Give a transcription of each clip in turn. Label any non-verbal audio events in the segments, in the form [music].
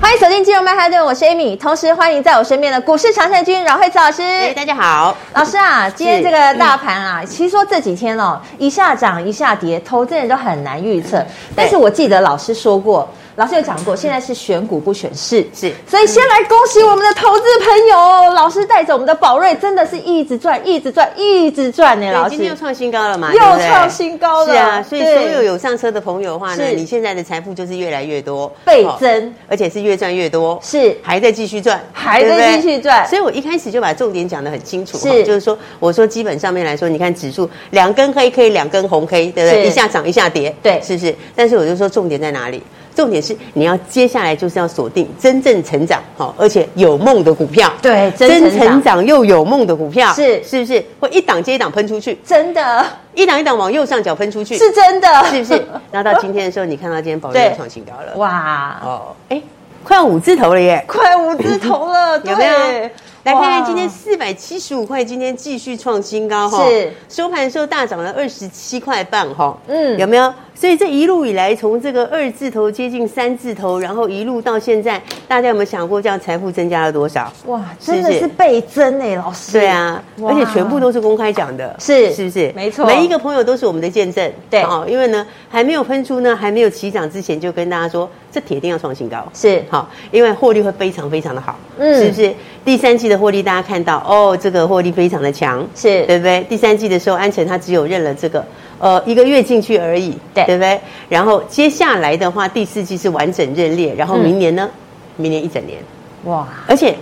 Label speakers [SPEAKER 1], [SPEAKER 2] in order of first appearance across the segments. [SPEAKER 1] 欢迎锁定金融曼哈顿，我是 Amy，同时欢迎在我身边的股市常胜军阮惠慈老师。
[SPEAKER 2] 哎，大家好，嗯
[SPEAKER 1] 老师啊，今天这个大盘啊，其实说这几天哦，一下涨一下跌，投资人都很难预测。但是我记得老师说过，老师有讲过，现在是选股不选市，
[SPEAKER 2] 是
[SPEAKER 1] 所以先来恭喜我们的投资朋友哦，老师带着我们的宝瑞真的是一直赚，一直赚，一直赚呢，哎老师
[SPEAKER 2] 对，今天又创新高了嘛，
[SPEAKER 1] 又
[SPEAKER 2] 对不对
[SPEAKER 1] 创新高了
[SPEAKER 2] 是啊，所以
[SPEAKER 1] 对
[SPEAKER 2] 所有有上车的朋友的话呢，
[SPEAKER 1] 是
[SPEAKER 2] 你现在的财富就是越来越多，
[SPEAKER 1] 倍
[SPEAKER 2] 哦，
[SPEAKER 1] 增，
[SPEAKER 2] 而且是越赚越多，
[SPEAKER 1] 是
[SPEAKER 2] 还在继续赚，
[SPEAKER 1] 还
[SPEAKER 2] 对不
[SPEAKER 1] 在
[SPEAKER 2] 对
[SPEAKER 1] 继续赚
[SPEAKER 2] 所以我一开始就把重点讲得很清楚，
[SPEAKER 1] 是
[SPEAKER 2] 哦就是说，我说基本上面来说，你看指数两根黑 K，两根红 K，对不
[SPEAKER 1] 是
[SPEAKER 2] 对？一下涨一下跌，
[SPEAKER 1] 对
[SPEAKER 2] 是不是？但是我就说重点在哪里？重点是你要接下来就是要锁定真正成长好，哦而且有梦的股票，
[SPEAKER 1] 对真成长
[SPEAKER 2] 成长又有梦的股票，
[SPEAKER 1] 是
[SPEAKER 2] 是不是会一档接一档喷出去？
[SPEAKER 1] 真的
[SPEAKER 2] 一档一档往右上角喷出去，
[SPEAKER 1] 是真的，
[SPEAKER 2] 是不是？然后到今天的时候，你看到今天宝瑞
[SPEAKER 1] 对
[SPEAKER 2] 又创新高了，
[SPEAKER 1] [laughs]
[SPEAKER 2] 哇！
[SPEAKER 1] 哇，
[SPEAKER 2] 哦，哎，快要五字头了耶，
[SPEAKER 1] 快五字头 [laughs] 了，
[SPEAKER 2] 有没有
[SPEAKER 1] 对？
[SPEAKER 2] 来看看
[SPEAKER 1] 哇
[SPEAKER 2] 今天四百七十五块，今天继续创新高哈，
[SPEAKER 1] 是
[SPEAKER 2] 收盘的时候大涨了二十七块半哈，
[SPEAKER 1] 嗯
[SPEAKER 2] 有没有？所以这一路以来，从这个二字头接近三字头，然后一路到现在，大家有没有想过，这样财富增加了多少？
[SPEAKER 1] 哇，
[SPEAKER 2] 是不
[SPEAKER 1] 真
[SPEAKER 2] 是
[SPEAKER 1] 的是倍增哎，老师。
[SPEAKER 2] 对啊，
[SPEAKER 1] 哇
[SPEAKER 2] 而且全部都是公开讲的，
[SPEAKER 1] 是
[SPEAKER 2] 是不是？
[SPEAKER 1] 没错
[SPEAKER 2] 每一个朋友都是我们的见证，
[SPEAKER 1] 对
[SPEAKER 2] 哦，因为呢还没有喷出呢，还没有起涨之前，就跟大家说，这铁定要创新高，
[SPEAKER 1] 是
[SPEAKER 2] 好，因为获利会非常非常的好，
[SPEAKER 1] 嗯
[SPEAKER 2] 是不是？第三季的获利大家看到，哦，这个获利非常的强，
[SPEAKER 1] 是
[SPEAKER 2] 对不对？第三季的时候，安诚他只有认了这个。呃，一个月进去而已，
[SPEAKER 1] 对
[SPEAKER 2] 对不对？然后接下来的话，第四季是完整认列，然后
[SPEAKER 1] 嗯
[SPEAKER 2] 明年呢，明年一整年，
[SPEAKER 1] 哇，
[SPEAKER 2] 而且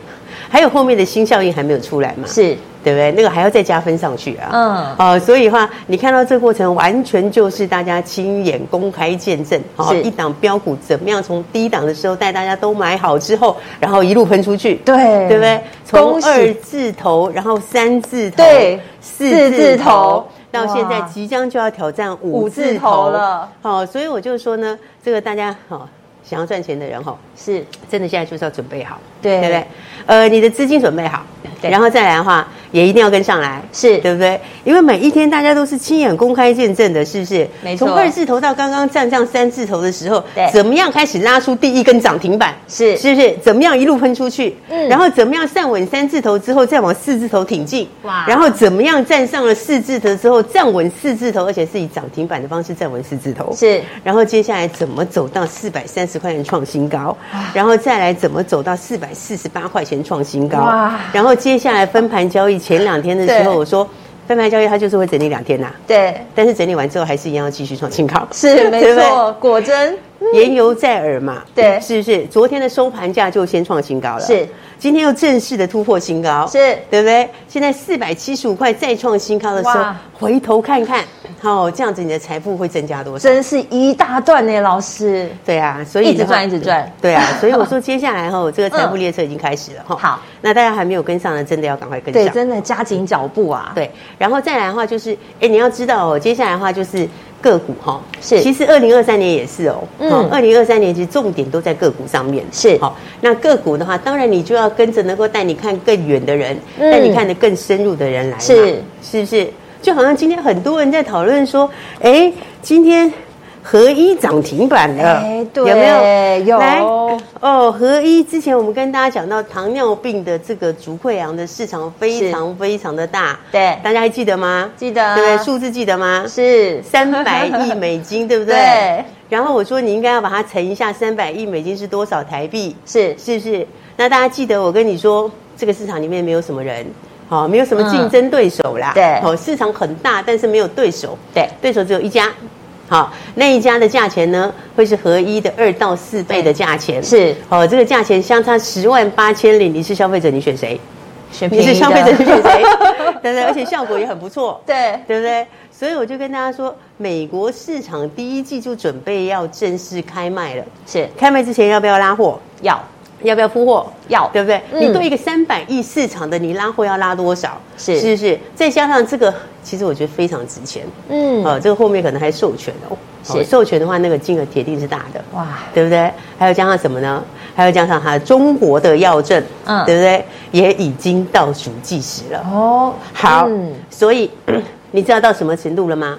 [SPEAKER 2] 还有后面的新效应还没有出来嘛，
[SPEAKER 1] 是
[SPEAKER 2] 对不对？那个还要再加分上去啊。
[SPEAKER 1] 嗯
[SPEAKER 2] 哦，所以的话，你看到这个过程，完全就是大家亲眼公开见证，哦，
[SPEAKER 1] 是
[SPEAKER 2] 一档标股怎么样从低档的时候带大家都买好之后，然后一路喷出去，
[SPEAKER 1] 对
[SPEAKER 2] 对不对？
[SPEAKER 1] 恭
[SPEAKER 2] 从
[SPEAKER 1] 喜
[SPEAKER 2] 二字头，然后三字头，
[SPEAKER 1] 对
[SPEAKER 2] 四
[SPEAKER 1] 四字
[SPEAKER 2] 字
[SPEAKER 1] 头
[SPEAKER 2] 头。到现在
[SPEAKER 1] 哇
[SPEAKER 2] 即将就要挑战
[SPEAKER 1] 五
[SPEAKER 2] 五
[SPEAKER 1] 字
[SPEAKER 2] 字
[SPEAKER 1] 头
[SPEAKER 2] 头
[SPEAKER 1] 了
[SPEAKER 2] 了，哦，所以我就说呢，这个大家哦，想要赚钱的人哦，
[SPEAKER 1] 是
[SPEAKER 2] 真的现在就是要准备好，
[SPEAKER 1] 对
[SPEAKER 2] 对不对？呃，你的资金准备好，
[SPEAKER 1] 对
[SPEAKER 2] 然后再来的话，也一定要跟上来，
[SPEAKER 1] 是
[SPEAKER 2] 对不对？因为每一天大家都是亲眼公开见证的，是不是？
[SPEAKER 1] 没错
[SPEAKER 2] 从二字头到刚刚站上三字头的时候
[SPEAKER 1] 对，
[SPEAKER 2] 怎么样开始拉出第一根涨停板？
[SPEAKER 1] 是
[SPEAKER 2] 是不是？怎么样一路喷出去？
[SPEAKER 1] 嗯
[SPEAKER 2] 然后怎么样站稳三字头之后，再往四字头挺进？
[SPEAKER 1] 哇
[SPEAKER 2] 哇！然后怎么样站上了四字头之后，站稳四字头，而且是以涨停板的方式站稳四字头？
[SPEAKER 1] 是
[SPEAKER 2] 然后接下来怎么走到四百三十块钱创新高，然后再来怎么走到四百四十八块钱创新高
[SPEAKER 1] 哇，
[SPEAKER 2] 然后接下来分盘交易前两天的时
[SPEAKER 1] 对
[SPEAKER 2] 候，我说分盘交易它就是会整理两天呐、
[SPEAKER 1] 对，
[SPEAKER 2] 但是整理完之后还是一样要继续创新高，
[SPEAKER 1] 是没
[SPEAKER 2] 对不对
[SPEAKER 1] 错，果真
[SPEAKER 2] 言犹在耳嘛，
[SPEAKER 1] 对
[SPEAKER 2] 是不是？昨天的收盘价就先创新高了，
[SPEAKER 1] 是，
[SPEAKER 2] 今天又正式的突破新高，
[SPEAKER 1] 是
[SPEAKER 2] 对不对？现在四百七十五块再创新高的时候
[SPEAKER 1] 哇，
[SPEAKER 2] 回头看看，好、这样子你的财富会增加多少？
[SPEAKER 1] 真是一大段呢，老师。
[SPEAKER 2] 对啊，所以
[SPEAKER 1] 一直
[SPEAKER 2] 的话
[SPEAKER 1] 赚一直赚
[SPEAKER 2] 对啊，所以
[SPEAKER 1] [laughs]
[SPEAKER 2] 我说接下来哈，这个财富列车已经开始了哈。
[SPEAKER 1] 好，
[SPEAKER 2] 那大家还没有跟上的，真的要赶快跟
[SPEAKER 1] 对，
[SPEAKER 2] 上。
[SPEAKER 1] 真的加紧脚步啊。
[SPEAKER 2] 对，然后再来的话就是，哎，你要知道哦，接下来的话就是个股哈、
[SPEAKER 1] 是
[SPEAKER 2] 其实二零二三年也是哦，
[SPEAKER 1] 嗯
[SPEAKER 2] 嗯，二零二三年其实重点都在个股上面，
[SPEAKER 1] 是
[SPEAKER 2] 好、那个股的话，当然你就要跟着能够带你看更远的人，
[SPEAKER 1] 嗯
[SPEAKER 2] 带你看得更深入的人来嘛，
[SPEAKER 1] 是
[SPEAKER 2] 是不是？就好像今天很多人在讨论说，哎，今天。合一涨停板了，
[SPEAKER 1] 哎对
[SPEAKER 2] 有没有？
[SPEAKER 1] 有
[SPEAKER 2] 来哦，合一之前我们跟大家讲到糖尿病的这个足溃疡的市场非常非常的大，
[SPEAKER 1] 对
[SPEAKER 2] 大家还记得吗？
[SPEAKER 1] 记得
[SPEAKER 2] 对不对？数字记得吗？
[SPEAKER 1] 是
[SPEAKER 2] 三百亿美
[SPEAKER 1] [laughs]
[SPEAKER 2] 金，对不对？
[SPEAKER 1] 对。
[SPEAKER 2] 然后我说你应该要把它乘一下，三百亿美金是多少台币？
[SPEAKER 1] 是
[SPEAKER 2] 是不是？那大家记得我跟你说，这个市场里面没有什么人，好、没有什么竞争对手
[SPEAKER 1] 嗯
[SPEAKER 2] 啦。
[SPEAKER 1] 对
[SPEAKER 2] 好、市场很大，但是没有对手。
[SPEAKER 1] 对
[SPEAKER 2] 对手只有一家。好，那一家的价钱呢，会是合一的二到四倍的价钱。
[SPEAKER 1] 是
[SPEAKER 2] 哦，这个价钱相差十万八千里，你是消费者，你选谁？
[SPEAKER 1] 选
[SPEAKER 2] 你
[SPEAKER 1] 便宜的
[SPEAKER 2] 是消费者，你
[SPEAKER 1] [laughs]
[SPEAKER 2] 选谁？对不对？而且效果也很不错。
[SPEAKER 1] 对
[SPEAKER 2] 对不对？所以我就跟大家说，美国市场第一季就准备要正式开卖了。
[SPEAKER 1] 是
[SPEAKER 2] 开卖之前要不要拉货？
[SPEAKER 1] 要
[SPEAKER 2] 要不要铺货？
[SPEAKER 1] 要
[SPEAKER 2] 对不对？
[SPEAKER 1] 嗯
[SPEAKER 2] 你对一个三百亿市场的，你拉货要拉多少？
[SPEAKER 1] 是
[SPEAKER 2] 是不是？再加上这个，其实我觉得非常值钱。
[SPEAKER 1] 嗯，
[SPEAKER 2] 哦，这个后面可能还授权哦。
[SPEAKER 1] 是
[SPEAKER 2] 哦授权的话，那个金额铁定是大的。
[SPEAKER 1] 哇，
[SPEAKER 2] 对不对？还有加上什么呢？还有加上它中国的药证，
[SPEAKER 1] 嗯
[SPEAKER 2] 对不对？也已经倒数计时了。
[SPEAKER 1] 哦，
[SPEAKER 2] 好，
[SPEAKER 1] 嗯
[SPEAKER 2] 所以 [clears throat] 你知道到什么程度了吗？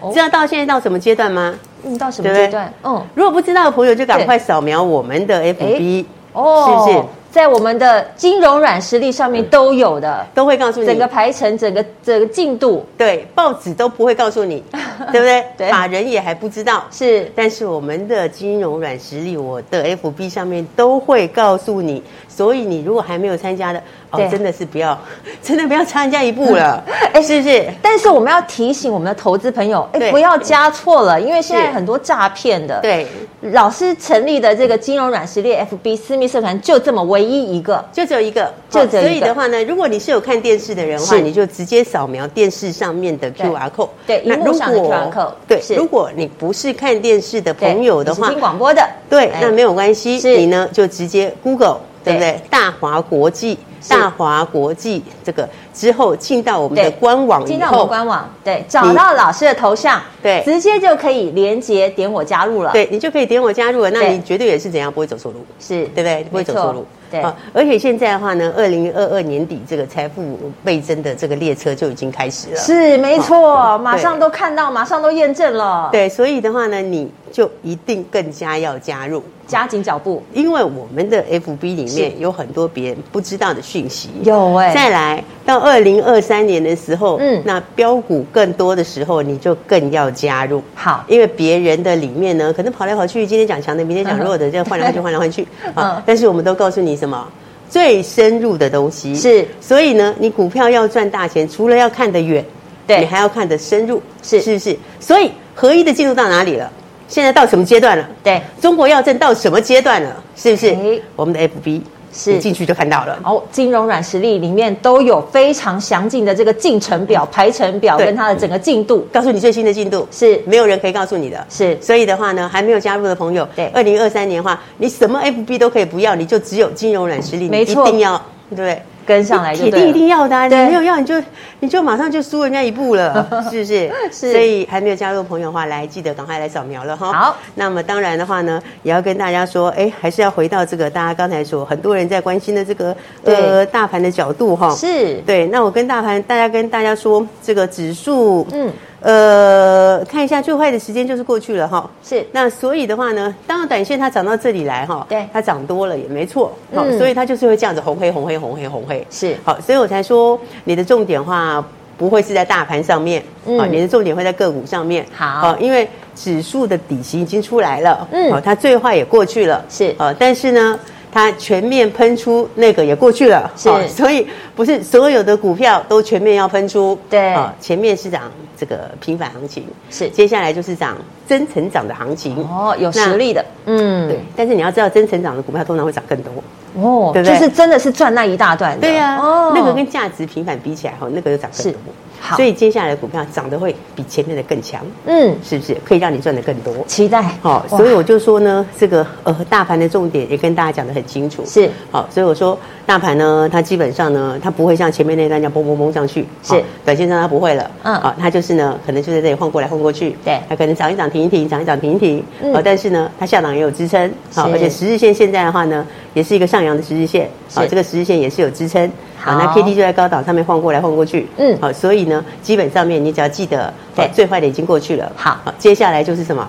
[SPEAKER 1] 哦
[SPEAKER 2] 知道到现在到什么阶段吗？
[SPEAKER 1] 嗯，到什
[SPEAKER 2] 对
[SPEAKER 1] 么
[SPEAKER 2] 不对
[SPEAKER 1] 阶段？嗯，
[SPEAKER 2] 如果不知道的朋友，就赶快扫描我们的 FB，
[SPEAKER 1] 哦，
[SPEAKER 2] 是不是？
[SPEAKER 1] 在我们的金融软实力上面都有的，
[SPEAKER 2] 都会告诉你
[SPEAKER 1] 整个排程、整个整个进度
[SPEAKER 2] 对报纸都不会告
[SPEAKER 1] [laughs]
[SPEAKER 2] 诉你，对不对？
[SPEAKER 1] 对
[SPEAKER 2] 法人也还不知道。
[SPEAKER 1] 是
[SPEAKER 2] 但是我们的金融软实力，我的 FB 上面都会告诉你，所以你如果还没有参加的，哦
[SPEAKER 1] 对，
[SPEAKER 2] 真的是不要， [laughs] 真的不要差人家一
[SPEAKER 1] [laughs]
[SPEAKER 2] 步了，
[SPEAKER 1] 哎
[SPEAKER 2] 是不是？
[SPEAKER 1] 但是我们要提醒我们的投资朋友，哎，
[SPEAKER 2] 对
[SPEAKER 1] 不要加错了，因为现在
[SPEAKER 2] 是
[SPEAKER 1] 很多诈骗的。，
[SPEAKER 2] 对，
[SPEAKER 1] 老师成立的这个金融软实力 FB 私密社团就这么唯一一个。
[SPEAKER 2] 就只有一个，哦
[SPEAKER 1] 就只有一个
[SPEAKER 2] 所以的话呢，如果你是有看电视的人的话，
[SPEAKER 1] 是
[SPEAKER 2] 你就直接扫描电视上面的 QR code，
[SPEAKER 1] 对
[SPEAKER 2] 那
[SPEAKER 1] 荧幕上的
[SPEAKER 2] 如果
[SPEAKER 1] QR code，
[SPEAKER 2] 对
[SPEAKER 1] 是，
[SPEAKER 2] 如果你不是看电视的
[SPEAKER 1] 对
[SPEAKER 2] 朋友的
[SPEAKER 1] 你
[SPEAKER 2] 话
[SPEAKER 1] 是，听广播的，
[SPEAKER 2] 对，
[SPEAKER 1] 哎
[SPEAKER 2] 那没有关系，
[SPEAKER 1] 是
[SPEAKER 2] 你呢就直接 Google，对不
[SPEAKER 1] 对
[SPEAKER 2] 对？大华国际，
[SPEAKER 1] 是
[SPEAKER 2] 大华国际这个之后进到我们的
[SPEAKER 1] 对
[SPEAKER 2] 官网以
[SPEAKER 1] 进到我们
[SPEAKER 2] 后，
[SPEAKER 1] 官网，对，找到老师的头像，
[SPEAKER 2] 对
[SPEAKER 1] 直接就可以连接点我加入了。，
[SPEAKER 2] 对你就可以点我加入了，那
[SPEAKER 1] 对
[SPEAKER 2] 你绝对也是怎样不会走错路，
[SPEAKER 1] 是，
[SPEAKER 2] 对不对？不会走错
[SPEAKER 1] 没
[SPEAKER 2] 路
[SPEAKER 1] 错。对
[SPEAKER 2] 啊而且现在的话呢，二零二二年底这个财富倍增的这个列车就已经开始了。
[SPEAKER 1] 是没错，马上都看到，马上都验证了，，
[SPEAKER 2] 啊对，所以的话呢，你就一定更加要加入，
[SPEAKER 1] 加紧脚步，
[SPEAKER 2] 因为我们的 FB 里
[SPEAKER 1] 是
[SPEAKER 2] 面有很多别人不知道的讯息。
[SPEAKER 1] 有哎
[SPEAKER 2] 再来到二零二三年的时候，
[SPEAKER 1] 嗯
[SPEAKER 2] 嗯，那标股更多的时候，你就更要加入。
[SPEAKER 1] 好，
[SPEAKER 2] 因为别人的里面呢，可能跑来跑去，今天讲强的，明天讲弱的，这样换来换去，换来换去
[SPEAKER 1] 嗯
[SPEAKER 2] 啊。但是我们都告诉你什么最深入的东西
[SPEAKER 1] 是
[SPEAKER 2] 所以呢，你股票要赚大钱，除了要看得远，
[SPEAKER 1] 对
[SPEAKER 2] 你还要看得深入，
[SPEAKER 1] 是
[SPEAKER 2] 是不是？所以合一的进入到哪里了？现在到什么阶段了？
[SPEAKER 1] 对，
[SPEAKER 2] 中国药证到什么阶段了？是不是
[SPEAKER 1] 哎？
[SPEAKER 2] 我们的 FB
[SPEAKER 1] 是
[SPEAKER 2] 你进去就看到了。
[SPEAKER 1] 哦，金融软实力里面都有非常详尽的这个进程表、排程表
[SPEAKER 2] 嗯对
[SPEAKER 1] 跟它的整个进度，
[SPEAKER 2] 告诉你最新的进度，
[SPEAKER 1] 是
[SPEAKER 2] 没有人可以告诉你的。
[SPEAKER 1] 是
[SPEAKER 2] 所以的话呢，还没有加入的朋友，
[SPEAKER 1] 对
[SPEAKER 2] 二零二三年的话，你什么 FB 都可以不要，你就只有金融软实力，你
[SPEAKER 1] 没
[SPEAKER 2] 一
[SPEAKER 1] 错
[SPEAKER 2] 定要对不对？
[SPEAKER 1] 跟上来就
[SPEAKER 2] 铁定
[SPEAKER 1] 对
[SPEAKER 2] 一定
[SPEAKER 1] 了。
[SPEAKER 2] 要的、啊，你
[SPEAKER 1] 对
[SPEAKER 2] 没有要你就你就马上就输人家一
[SPEAKER 1] [laughs]
[SPEAKER 2] 步了，是不是？
[SPEAKER 1] 是
[SPEAKER 2] 所以还没有加入的朋友的话，来记得赶快来扫描了哈。
[SPEAKER 1] 好，
[SPEAKER 2] 那么当然的话呢，也要跟大家说，哎，还是要回到这个大家刚才说，很多人在关心的这个
[SPEAKER 1] 对
[SPEAKER 2] 呃大盘的角度哈。
[SPEAKER 1] 是，
[SPEAKER 2] 对，那我跟大盘大家跟大家说，这个指数，
[SPEAKER 1] 嗯
[SPEAKER 2] 嗯，呃，看一下最坏的时间就是过去了哈。
[SPEAKER 1] 是
[SPEAKER 2] 那所以的话呢，当然短线它涨到这里来哈，
[SPEAKER 1] 对
[SPEAKER 2] 它涨多了也没错，好、
[SPEAKER 1] 嗯
[SPEAKER 2] 所以它就是会这样子红黑红黑红黑红黑，
[SPEAKER 1] 是
[SPEAKER 2] 好，所以我才说你的重点的话不会是在大盘上面，
[SPEAKER 1] 嗯
[SPEAKER 2] 好你的重点会在个股上面，
[SPEAKER 1] 好
[SPEAKER 2] 因为指数的底型已经出来了，
[SPEAKER 1] 嗯
[SPEAKER 2] 好它最坏也过去了，
[SPEAKER 1] 是
[SPEAKER 2] 呃，但是呢。它全面喷出那个也过去了，
[SPEAKER 1] 是
[SPEAKER 2] 好所以不是所有的股票都全面要喷出，
[SPEAKER 1] 对
[SPEAKER 2] 好前面是涨这个平反行情，
[SPEAKER 1] 是
[SPEAKER 2] 接下来就是涨真成长的行情，
[SPEAKER 1] 哦，有
[SPEAKER 2] 那
[SPEAKER 1] 实力的，嗯，
[SPEAKER 2] 对，，但是你要知道，真成长的股票通常会涨更多。
[SPEAKER 1] 哦，
[SPEAKER 2] 对不
[SPEAKER 1] 就
[SPEAKER 2] 对
[SPEAKER 1] 是真的是赚那一大段的，哦
[SPEAKER 2] 对呀、那个跟价值平反比起来，哈，那个又涨更
[SPEAKER 1] 啊是
[SPEAKER 2] 多。
[SPEAKER 1] 好
[SPEAKER 2] 所以接下来的股票涨得会比前面的更强，
[SPEAKER 1] 嗯，
[SPEAKER 2] 是不是？可以让你赚得更多。
[SPEAKER 1] 期待，
[SPEAKER 2] 好、
[SPEAKER 1] 哇
[SPEAKER 2] 哦所以我就说呢，这个呃，大盘的重点也跟大家讲得很清楚。
[SPEAKER 1] 是
[SPEAKER 2] 好、所以我说大盘呢，它基本上呢，它不会像前面那段这样嘣嘣嘣上去，
[SPEAKER 1] 是
[SPEAKER 2] 好短线上它不会了，
[SPEAKER 1] 嗯
[SPEAKER 2] 好、它就是呢，可能就在这里晃过来晃过去，
[SPEAKER 1] 对
[SPEAKER 2] 它可能涨一涨停一停，涨一涨停一停，
[SPEAKER 1] 嗯
[SPEAKER 2] 嗯、但是呢，它下档也有支撑，好、
[SPEAKER 1] 是
[SPEAKER 2] 而且十日线现在的话呢，也是一个上扬的十日线，好、
[SPEAKER 1] 是
[SPEAKER 2] 这个十日线也是有支撑，
[SPEAKER 1] 好
[SPEAKER 2] 那 K D 就在高档上面晃过来晃过去，
[SPEAKER 1] 嗯
[SPEAKER 2] 好、所以呢，基本上面你只要记得，
[SPEAKER 1] 对
[SPEAKER 2] 好最坏的已经过去了，
[SPEAKER 1] 好
[SPEAKER 2] 接下来就是什么？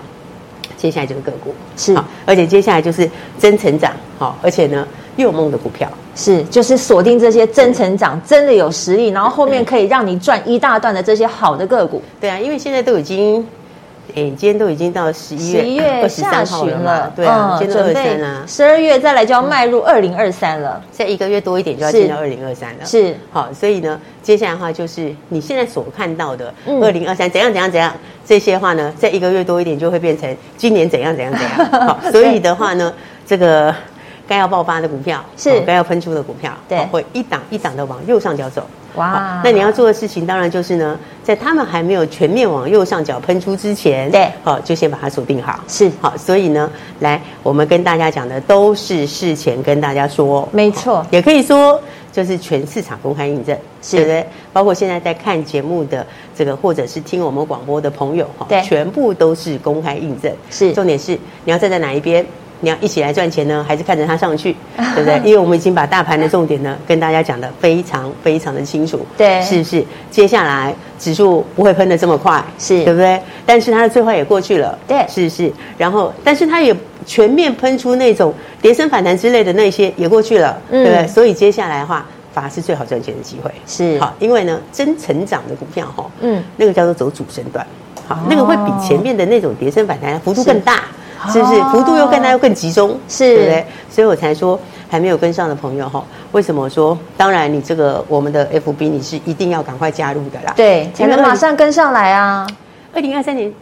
[SPEAKER 2] 接下来就是个股，
[SPEAKER 1] 是
[SPEAKER 2] 好而且接下来就是真成长，好，而且呢又有梦的股票，
[SPEAKER 1] 是，就是锁定这些真成长、真的有实力，然后后面可以让你赚一大段的这些好的个股。
[SPEAKER 2] 对啊，因为现在都已经，哎、今天都已经到十一月
[SPEAKER 1] 十一月下
[SPEAKER 2] 23号
[SPEAKER 1] 旬
[SPEAKER 2] 嘛
[SPEAKER 1] 了，嗯
[SPEAKER 2] 对啊，今天都二
[SPEAKER 1] 准备
[SPEAKER 2] 三啊，
[SPEAKER 1] 十二月再来就要迈入二零二三了，
[SPEAKER 2] 在一个月多一点就要
[SPEAKER 1] 是
[SPEAKER 2] 进到二零二三了，
[SPEAKER 1] 是
[SPEAKER 2] 好，所以呢，接下来的话就是你现在所看到的
[SPEAKER 1] 嗯
[SPEAKER 2] 二零二三怎样怎样怎样这些话呢，
[SPEAKER 1] [laughs]
[SPEAKER 2] 在一个月多一点就会变成今年怎样怎样怎样。好，所以的话呢，这个该要爆发的股票，
[SPEAKER 1] 是
[SPEAKER 2] 哦该要喷出的股票，
[SPEAKER 1] 对
[SPEAKER 2] 哦会一档一档的往右上角走。
[SPEAKER 1] 哇
[SPEAKER 2] 哇，那你要做的事情当然就是呢，在他们还没有全面往右上角喷出之前，
[SPEAKER 1] 对
[SPEAKER 2] 好、就先把它锁定好。
[SPEAKER 1] 是
[SPEAKER 2] 好，所以呢，来，我们跟大家讲的都是事前跟大家说，
[SPEAKER 1] 没错，
[SPEAKER 2] 也可以说就是全市场公开印证，
[SPEAKER 1] 是
[SPEAKER 2] 对不对？包括现在在看节目的这个，或者是听我们广播的朋友哈
[SPEAKER 1] 对
[SPEAKER 2] 全部都是公开印证。
[SPEAKER 1] 是
[SPEAKER 2] 重点是你要站在哪一边？你要一起来赚钱呢，还是看着它上
[SPEAKER 1] [laughs]
[SPEAKER 2] 去，对不对？因为我们已经把大盘的重点呢跟大家讲的非常非常的清楚，
[SPEAKER 1] 对
[SPEAKER 2] 是不是？接下来指数不会喷的这么快，
[SPEAKER 1] 是
[SPEAKER 2] 对不对？但是它的最坏也过去了，
[SPEAKER 1] 对
[SPEAKER 2] 是不是？然后，但是它也全面喷出那种跌升反弹之类的那些也过去了，
[SPEAKER 1] 嗯
[SPEAKER 2] 对不对？所以接下来的话，反而是最好赚钱的机会。
[SPEAKER 1] 是
[SPEAKER 2] 好，因为呢，真成长的股票哈、
[SPEAKER 1] 嗯哦
[SPEAKER 2] 嗯，那个叫做走主升段，好，那个会比前面的那种跌升反弹幅度
[SPEAKER 1] 是
[SPEAKER 2] 更大，是不是？
[SPEAKER 1] 哦
[SPEAKER 2] 幅度又更大又更集中，
[SPEAKER 1] 是
[SPEAKER 2] 对不对？所以我才说还没有跟上的朋友哈、为什么我说？当然，你这个我们的 FB 你是一定要赶快加入的啦，
[SPEAKER 1] 对，才能
[SPEAKER 2] 因为
[SPEAKER 1] 马上跟上来啊。
[SPEAKER 2] 二零二三年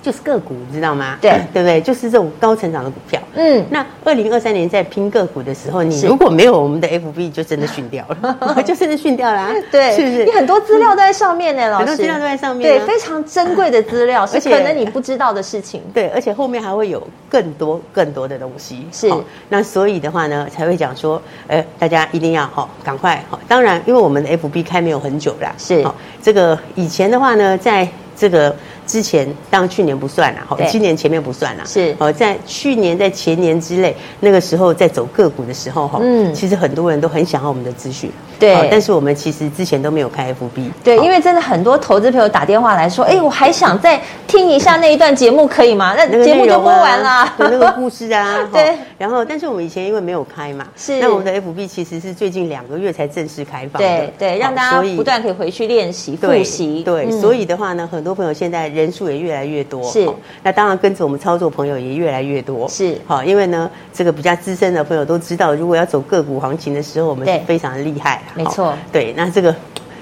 [SPEAKER 2] 就是个股，你知道吗？嗯
[SPEAKER 1] 对
[SPEAKER 2] 对不对？就是这种高成长的股票。 [laughs]
[SPEAKER 1] 嗯，
[SPEAKER 2] 那二零二三年在拼个股的时候，你
[SPEAKER 1] 是
[SPEAKER 2] 如果没有我们的 FB，就真的逊掉
[SPEAKER 1] [laughs]
[SPEAKER 2] 了，就真的逊掉了啊，
[SPEAKER 1] 对，
[SPEAKER 2] 是不
[SPEAKER 1] [laughs]
[SPEAKER 2] 是？
[SPEAKER 1] 你很多资料都在上面呢，老师，
[SPEAKER 2] 很多资料都在上面啊
[SPEAKER 1] 对，非常珍贵的资料，是
[SPEAKER 2] 而且
[SPEAKER 1] 可能你不知道的事情。
[SPEAKER 2] 对，而且后面还会有更多更多的东西。
[SPEAKER 1] 是
[SPEAKER 2] 好那所以的话呢，才会讲说，呃，大家一定要哈、赶快哈、当然，因为我们的 FB 开没有很久啦，
[SPEAKER 1] 是
[SPEAKER 2] 好这个以前的话呢，在这个之前，当然去年不算啦，好、
[SPEAKER 1] 对
[SPEAKER 2] 今年前面不算啦，
[SPEAKER 1] 是
[SPEAKER 2] 哦，在去年在前年之类，那个时候在走个股的时候哈、
[SPEAKER 1] 嗯
[SPEAKER 2] 其实很多人都很想要我们的资讯，
[SPEAKER 1] 对
[SPEAKER 2] 好但是我们其实之前都没有开 FB，
[SPEAKER 1] 对，
[SPEAKER 2] 好嗯
[SPEAKER 1] 因为真的很多投资朋友打电话来说，哎，我还想再听一下那一段节目，可以吗？那
[SPEAKER 2] 那个
[SPEAKER 1] 节目
[SPEAKER 2] 内
[SPEAKER 1] 就
[SPEAKER 2] 容
[SPEAKER 1] 播
[SPEAKER 2] 啊
[SPEAKER 1] 完了。，
[SPEAKER 2] [laughs] 对那个故事啊
[SPEAKER 1] [laughs] 对
[SPEAKER 2] 哈。然后，但是我们以前因为没有开嘛，
[SPEAKER 1] 是
[SPEAKER 2] 那我们的 FB 其实是最近两个月才正式开放的，
[SPEAKER 1] 对对，让
[SPEAKER 2] 好
[SPEAKER 1] 大
[SPEAKER 2] 所
[SPEAKER 1] 家
[SPEAKER 2] 以
[SPEAKER 1] 不断可以回去练习、
[SPEAKER 2] 对
[SPEAKER 1] 复习。
[SPEAKER 2] 对，
[SPEAKER 1] 嗯
[SPEAKER 2] 所以的话呢，很多朋友现在人数也越来越多，
[SPEAKER 1] 是
[SPEAKER 2] 好那当然跟着我们操作朋友也越来越多，
[SPEAKER 1] 是
[SPEAKER 2] 好，因为呢，这个比较资深的朋友都知道，如果要走个股行情的时候，我们是
[SPEAKER 1] 对
[SPEAKER 2] 非常厉害，
[SPEAKER 1] 没
[SPEAKER 2] 好
[SPEAKER 1] 错
[SPEAKER 2] 对，那这个。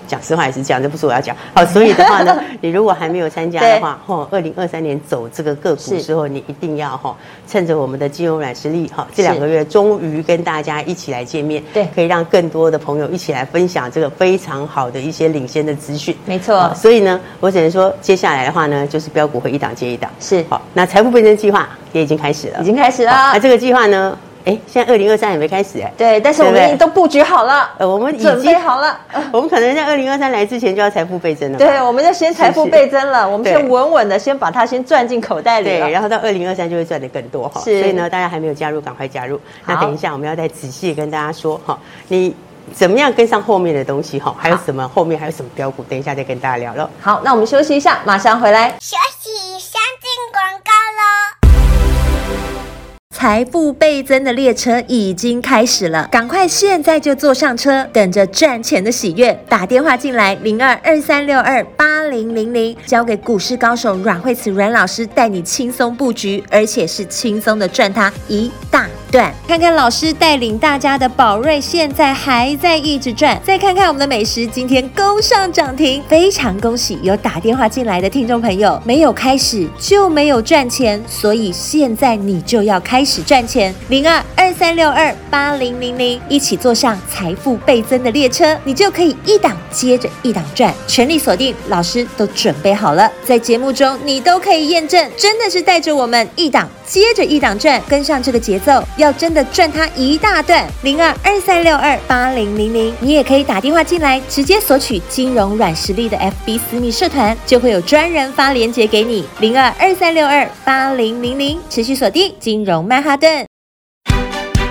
[SPEAKER 2] 讲实话也是这样，这不是我要讲。好，所以的话
[SPEAKER 1] [laughs]
[SPEAKER 2] 呢，你如果还没有参加的话，吼，二零二三年走这个个股
[SPEAKER 1] 是
[SPEAKER 2] 之后，你一定要吼，趁着我们的金融软实力，哈，这
[SPEAKER 1] 是
[SPEAKER 2] 两个月终于跟大家一起来见面，
[SPEAKER 1] 对
[SPEAKER 2] 可以让更多的朋友一起来分享这个非常好的一些领先的资讯。
[SPEAKER 1] 没错
[SPEAKER 2] 好所以呢，我只能说，接下来的话呢，就是标股会一档接一档。
[SPEAKER 1] 是
[SPEAKER 2] 好，那财富倍增计划也已经开始了。
[SPEAKER 1] 已经开始了
[SPEAKER 2] 啊，。这个计划呢，哎，现在二零二三也没开始哎。
[SPEAKER 1] 对，但是我
[SPEAKER 2] 对
[SPEAKER 1] 们
[SPEAKER 2] 不
[SPEAKER 1] 已
[SPEAKER 2] 对
[SPEAKER 1] 经都布局好了，
[SPEAKER 2] 呃我们已经嗯
[SPEAKER 1] 准备好了。
[SPEAKER 2] 我们可能在二零二三来之前就要财富倍增了。
[SPEAKER 1] 对，我们就先财富倍增了，我们
[SPEAKER 2] 对
[SPEAKER 1] 先稳稳的先把它先赚进口袋里
[SPEAKER 2] 对，
[SPEAKER 1] 了。
[SPEAKER 2] 然后到二零二三就会赚得更多哈。所
[SPEAKER 1] 是
[SPEAKER 2] 以呢，大家还没有加入，赶快加入。那
[SPEAKER 1] 好
[SPEAKER 2] 等一下我们要再仔细地跟大家说哈，你怎么样跟上后面的东西哈，还有什么后面还有什么标股，等一下再跟大家聊了。
[SPEAKER 1] 好，那我们休息一下，马上回来。
[SPEAKER 3] 学习先进广告喽。
[SPEAKER 4] 财富倍增的列车已经开始了，赶快现在就坐上车，等着赚钱的喜悦。打电话进来零二二三六二八零零零，交给股市高手阮慧慈阮老师带你轻松布局，而且是轻松的赚它一大段。看看老师带领大家的宝瑞现在还在一直赚，再看看我们的美食今天攻上涨停，非常恭喜有打电话进来的听众朋友，没有开始就没有赚钱，所以现在你就要开始赚钱。零二二三六二八零零零，一起坐上财富倍增的列车，你就可以一档接着一档赚，全力锁定，老师都准备好了，在节目中你都可以验证，真的是带着我们一档接着一档赚，跟上这个节奏，要真的赚它一大段。零二二三六二八零零零，你也可以打电话进来，直接索取金融软实力的 FB 私密社团，就会有专人发链接给你。零二二三六二八零零零，持续锁定金融曼哈顿。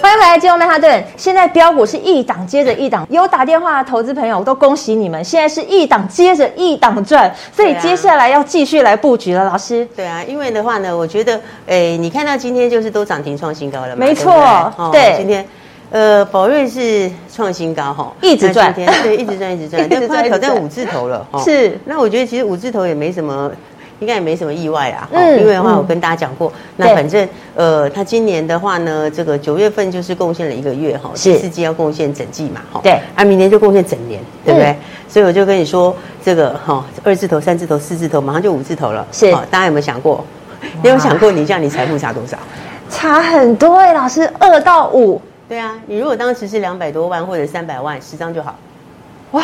[SPEAKER 1] 欢迎回来，金融曼哈顿。现在标股是一档接着一档，有打电话的投资朋友，我都恭喜你们，现在是一档接着一档赚，所以
[SPEAKER 2] 对啊
[SPEAKER 1] 接下来要继续来布局了，老师。
[SPEAKER 2] 对啊，因为的话呢，我觉得，哎，你看到今天就是都涨停创新高了嘛，
[SPEAKER 1] 没
[SPEAKER 2] 对不
[SPEAKER 1] 错
[SPEAKER 2] 对
[SPEAKER 1] 对
[SPEAKER 2] 今天。呃，宝瑞是创新高哈，
[SPEAKER 1] 一直赚
[SPEAKER 2] 那今天对，一直赚，一
[SPEAKER 1] [laughs]
[SPEAKER 2] 直
[SPEAKER 1] 一
[SPEAKER 2] 赚，
[SPEAKER 1] 直
[SPEAKER 2] 但
[SPEAKER 1] 赚
[SPEAKER 2] 快要挑
[SPEAKER 1] 一直
[SPEAKER 2] 战
[SPEAKER 1] 赚
[SPEAKER 2] 五字头了哦哈。
[SPEAKER 1] 是
[SPEAKER 2] 那我觉得其实五字头也没什么，应该也没什么意外啦。
[SPEAKER 1] 嗯
[SPEAKER 2] 嗯，因为的话，
[SPEAKER 1] 嗯
[SPEAKER 2] 我跟大家讲过，那
[SPEAKER 1] 对
[SPEAKER 2] 反正呃，他今年的话呢，这个九月份就是贡献了一个月哈，
[SPEAKER 1] 是
[SPEAKER 2] 第四季要贡献整季嘛哈。
[SPEAKER 1] 对
[SPEAKER 2] 啊，明年就贡献整年，对不对？
[SPEAKER 1] 嗯
[SPEAKER 2] 所以我就跟你说，这个哈，二字头、三字头、四字头，马上就五字头了。
[SPEAKER 1] 是
[SPEAKER 2] 好大家有没有想过？你有想过你这样你财富差多少？
[SPEAKER 1] 差很多哎、老师，二到五，
[SPEAKER 2] 对啊，你如果当时是两百多万或者三百万，十张就好。
[SPEAKER 1] 哇，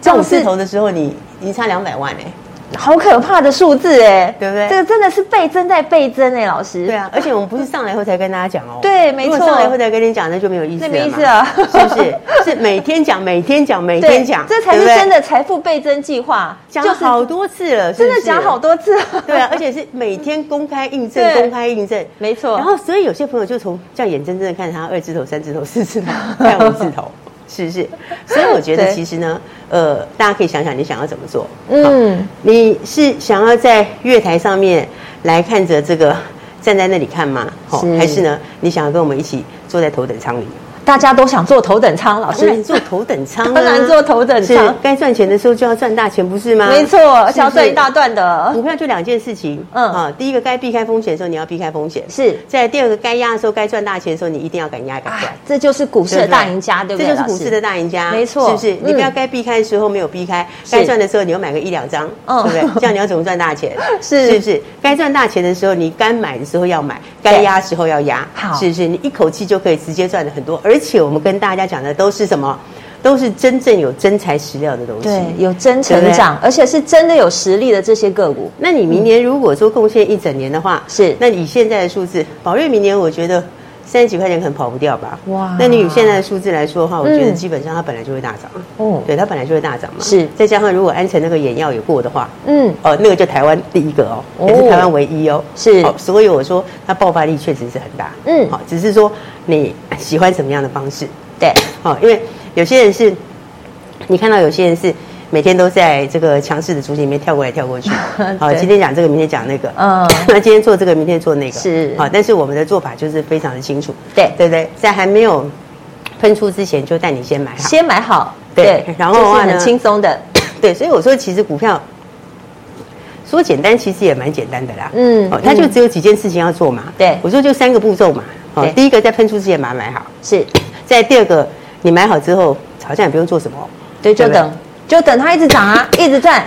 [SPEAKER 1] 这
[SPEAKER 2] 到
[SPEAKER 1] 样
[SPEAKER 2] 五字
[SPEAKER 1] 是
[SPEAKER 2] 头的时候你，你差两百万哎、
[SPEAKER 1] 好可怕的数字哎、
[SPEAKER 2] 对不对
[SPEAKER 1] 这个真的是倍增在倍增哎、老师。 [laughs]
[SPEAKER 2] 对啊，而且我们不是上来后才跟大家讲哦。
[SPEAKER 1] 对没错
[SPEAKER 2] 如果上来后才跟你讲，那就没有意思了嘛。
[SPEAKER 1] 那没意思啊
[SPEAKER 2] 是不是？是每天讲，每天讲，每
[SPEAKER 1] 对，
[SPEAKER 2] 天讲，
[SPEAKER 1] 这才是
[SPEAKER 2] 对不对
[SPEAKER 1] 真。的财富倍增计划，
[SPEAKER 2] 讲
[SPEAKER 1] 就是
[SPEAKER 2] 好多次了，是
[SPEAKER 1] 真
[SPEAKER 2] 不
[SPEAKER 1] 的
[SPEAKER 2] 是
[SPEAKER 1] 讲好多次了。
[SPEAKER 2] 对啊，而且是每天公开印证，
[SPEAKER 1] [laughs] 对
[SPEAKER 2] 公开印证，
[SPEAKER 1] 没错
[SPEAKER 2] 然后，所以有些朋友就从这样眼睁睁的看着他二字头、三字头、
[SPEAKER 1] [laughs]
[SPEAKER 2] 四字头、看五字头，是不是？所以我觉得
[SPEAKER 1] 对
[SPEAKER 2] 其实呢，呃，大家可以想想你想要怎么做。
[SPEAKER 1] [laughs] 嗯，
[SPEAKER 2] 你是想要在月台上面来看着这个站在那里看吗？好
[SPEAKER 1] 是
[SPEAKER 2] 还是呢，你想要跟我们一起坐在头等舱里？
[SPEAKER 1] 大家都想做头等舱，老
[SPEAKER 2] 当然
[SPEAKER 1] 师。
[SPEAKER 2] 坐头等舱、啊，
[SPEAKER 1] 当然坐头等舱
[SPEAKER 2] 是该赚钱的时候就要赚大钱，不啊是吗？
[SPEAKER 1] 没错，而且要
[SPEAKER 2] 是不是
[SPEAKER 1] 赚一大段的
[SPEAKER 2] 股，票就两件事情，
[SPEAKER 1] 嗯
[SPEAKER 2] 嗯啊，第一个该避开风险的时候，你要避开风险；
[SPEAKER 1] 是
[SPEAKER 2] 再来第二个该压的时候，该赚大钱的时候，你一定要敢压敢赚
[SPEAKER 1] 啊。，这就是股市的
[SPEAKER 2] 对不对
[SPEAKER 1] 大赢家，对不对？
[SPEAKER 2] 这就是股
[SPEAKER 1] 老师
[SPEAKER 2] 市的大赢家，
[SPEAKER 1] 没错
[SPEAKER 2] 是不是？
[SPEAKER 1] 嗯
[SPEAKER 2] 你不要该避开的时候没有避开，
[SPEAKER 1] 是
[SPEAKER 2] 该赚的时候你又买个一两张，
[SPEAKER 1] 嗯
[SPEAKER 2] 对不对？这样你要怎么赚大钱？
[SPEAKER 1] [laughs] 是
[SPEAKER 2] 是不是？该赚大钱的时候，你该买的时候要买，该压的时候要压
[SPEAKER 1] 好，
[SPEAKER 2] 是不是？你一口气就可以直接赚的很多，而且我们跟大家讲的都是什么？都是真正有真材实料的东西，
[SPEAKER 1] 对，有真
[SPEAKER 2] 对
[SPEAKER 1] 成
[SPEAKER 2] 嗯不对
[SPEAKER 1] 长，而且是真的有实力的这些个股，
[SPEAKER 2] 那你明年如果说贡献一整年的话，
[SPEAKER 1] 嗯是
[SPEAKER 2] 那以现在的数字，宝瑞明年我觉得三十几块钱可能跑不掉吧。
[SPEAKER 1] 哇
[SPEAKER 2] 哇！那你以现在的数字来说的话，我觉得
[SPEAKER 1] 嗯
[SPEAKER 2] 基本上它本来就会大涨。
[SPEAKER 1] 哦
[SPEAKER 2] 对，它本来就会大涨嘛。
[SPEAKER 1] 是
[SPEAKER 2] 再加上如果安诚那个眼药也过的话，
[SPEAKER 1] 嗯，
[SPEAKER 2] 哦，那个就台湾第一个哦，
[SPEAKER 1] 哦
[SPEAKER 2] 也是台湾唯一哦。
[SPEAKER 1] 是
[SPEAKER 2] 哦，所以我说它爆发力确实是很大。
[SPEAKER 1] 嗯
[SPEAKER 2] 好，只是说你喜欢什么样的方式。
[SPEAKER 1] 嗯对，。
[SPEAKER 2] 哦，因为有些人是，你看到有些人是每天都在这个强势的族群里面跳过来跳过去
[SPEAKER 1] [laughs]
[SPEAKER 2] 好，
[SPEAKER 1] 对
[SPEAKER 2] 今天讲这个，明天讲那个，
[SPEAKER 1] 嗯
[SPEAKER 2] 嗯， [laughs] 那今天做这个，明天做那个，哦
[SPEAKER 1] 是
[SPEAKER 2] 好，但是我们的做法就是非常的清楚，
[SPEAKER 1] 对
[SPEAKER 2] 对不对？在还没有喷出之前，就带你先买好。
[SPEAKER 1] 先买好，
[SPEAKER 2] 对然后的
[SPEAKER 1] 就是
[SPEAKER 2] 话呢
[SPEAKER 1] 很轻松的，
[SPEAKER 2] 对，所以我说，其实股票说简单，其实也蛮简单的啦。
[SPEAKER 1] 嗯
[SPEAKER 2] 哦，它就
[SPEAKER 1] 嗯
[SPEAKER 2] 只有几件事情要做嘛。
[SPEAKER 1] 对
[SPEAKER 2] 我说就三个步骤嘛。哦
[SPEAKER 1] 对，
[SPEAKER 2] 第一个在喷出之前把它买好，
[SPEAKER 1] 是，
[SPEAKER 2] 在第二个你买好之后，好像也不用做什么。
[SPEAKER 1] 对，就
[SPEAKER 2] 对不对
[SPEAKER 1] 等，就等它一直涨
[SPEAKER 2] [laughs]
[SPEAKER 1] 啊，一直赚，